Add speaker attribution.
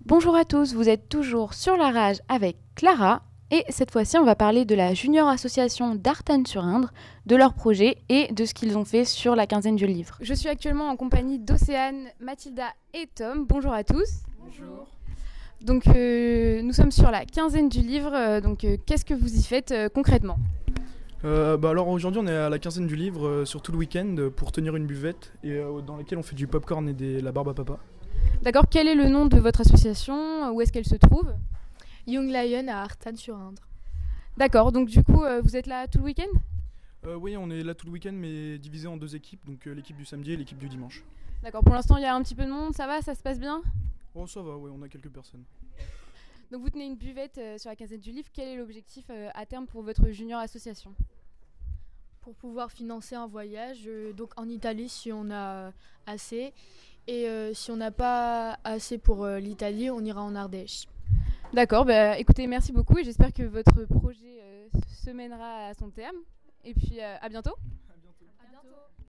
Speaker 1: Bonjour à tous, vous êtes toujours sur la rage avec Clara et cette fois-ci on va parler de la junior association d'Artanne-sur-Indre, de leur projet et de ce qu'ils ont fait sur la quinzaine du livre. Je suis actuellement en compagnie d'Océane, Mathilda et Tom. Bonjour à tous.
Speaker 2: Bonjour.
Speaker 1: Donc euh, nous sommes sur la quinzaine du livre, euh, donc euh, qu'est-ce que vous y faites euh, concrètement
Speaker 2: Euh, bah alors aujourd'hui on est à la quinzaine du livre euh, sur tout le week-end euh, pour tenir une buvette et euh, dans laquelle on fait du popcorn et des, la barbe à papa.
Speaker 1: D'accord, quel est le nom de votre association Où est-ce qu'elle se trouve
Speaker 3: Young Lion à Artanne-sur-Indre.
Speaker 1: D'accord, donc du coup euh, vous êtes là tout le week-end
Speaker 2: Euh, oui on est là tout le week-end mais divisé en deux équipes donc euh, l'équipe du samedi et l'équipe du dimanche.
Speaker 1: D'accord, pour l'instant il y a un petit peu de monde, ça va, ça se passe bien
Speaker 2: Oh ça va ouais on a quelques personnes.
Speaker 1: Donc vous tenez une buvette euh, sur la quinzaine du livre. Quel est l'objectif euh, à terme pour votre junior association
Speaker 3: Pour pouvoir financer un voyage, euh, donc en Italie si on a euh, assez. Et euh, si on n'a pas assez pour euh, l'Italie, on ira en Ardèche.
Speaker 1: D'accord, bah, écoutez, merci beaucoup et j'espère que votre projet euh, se mènera à son terme. Et puis euh, à bientôt.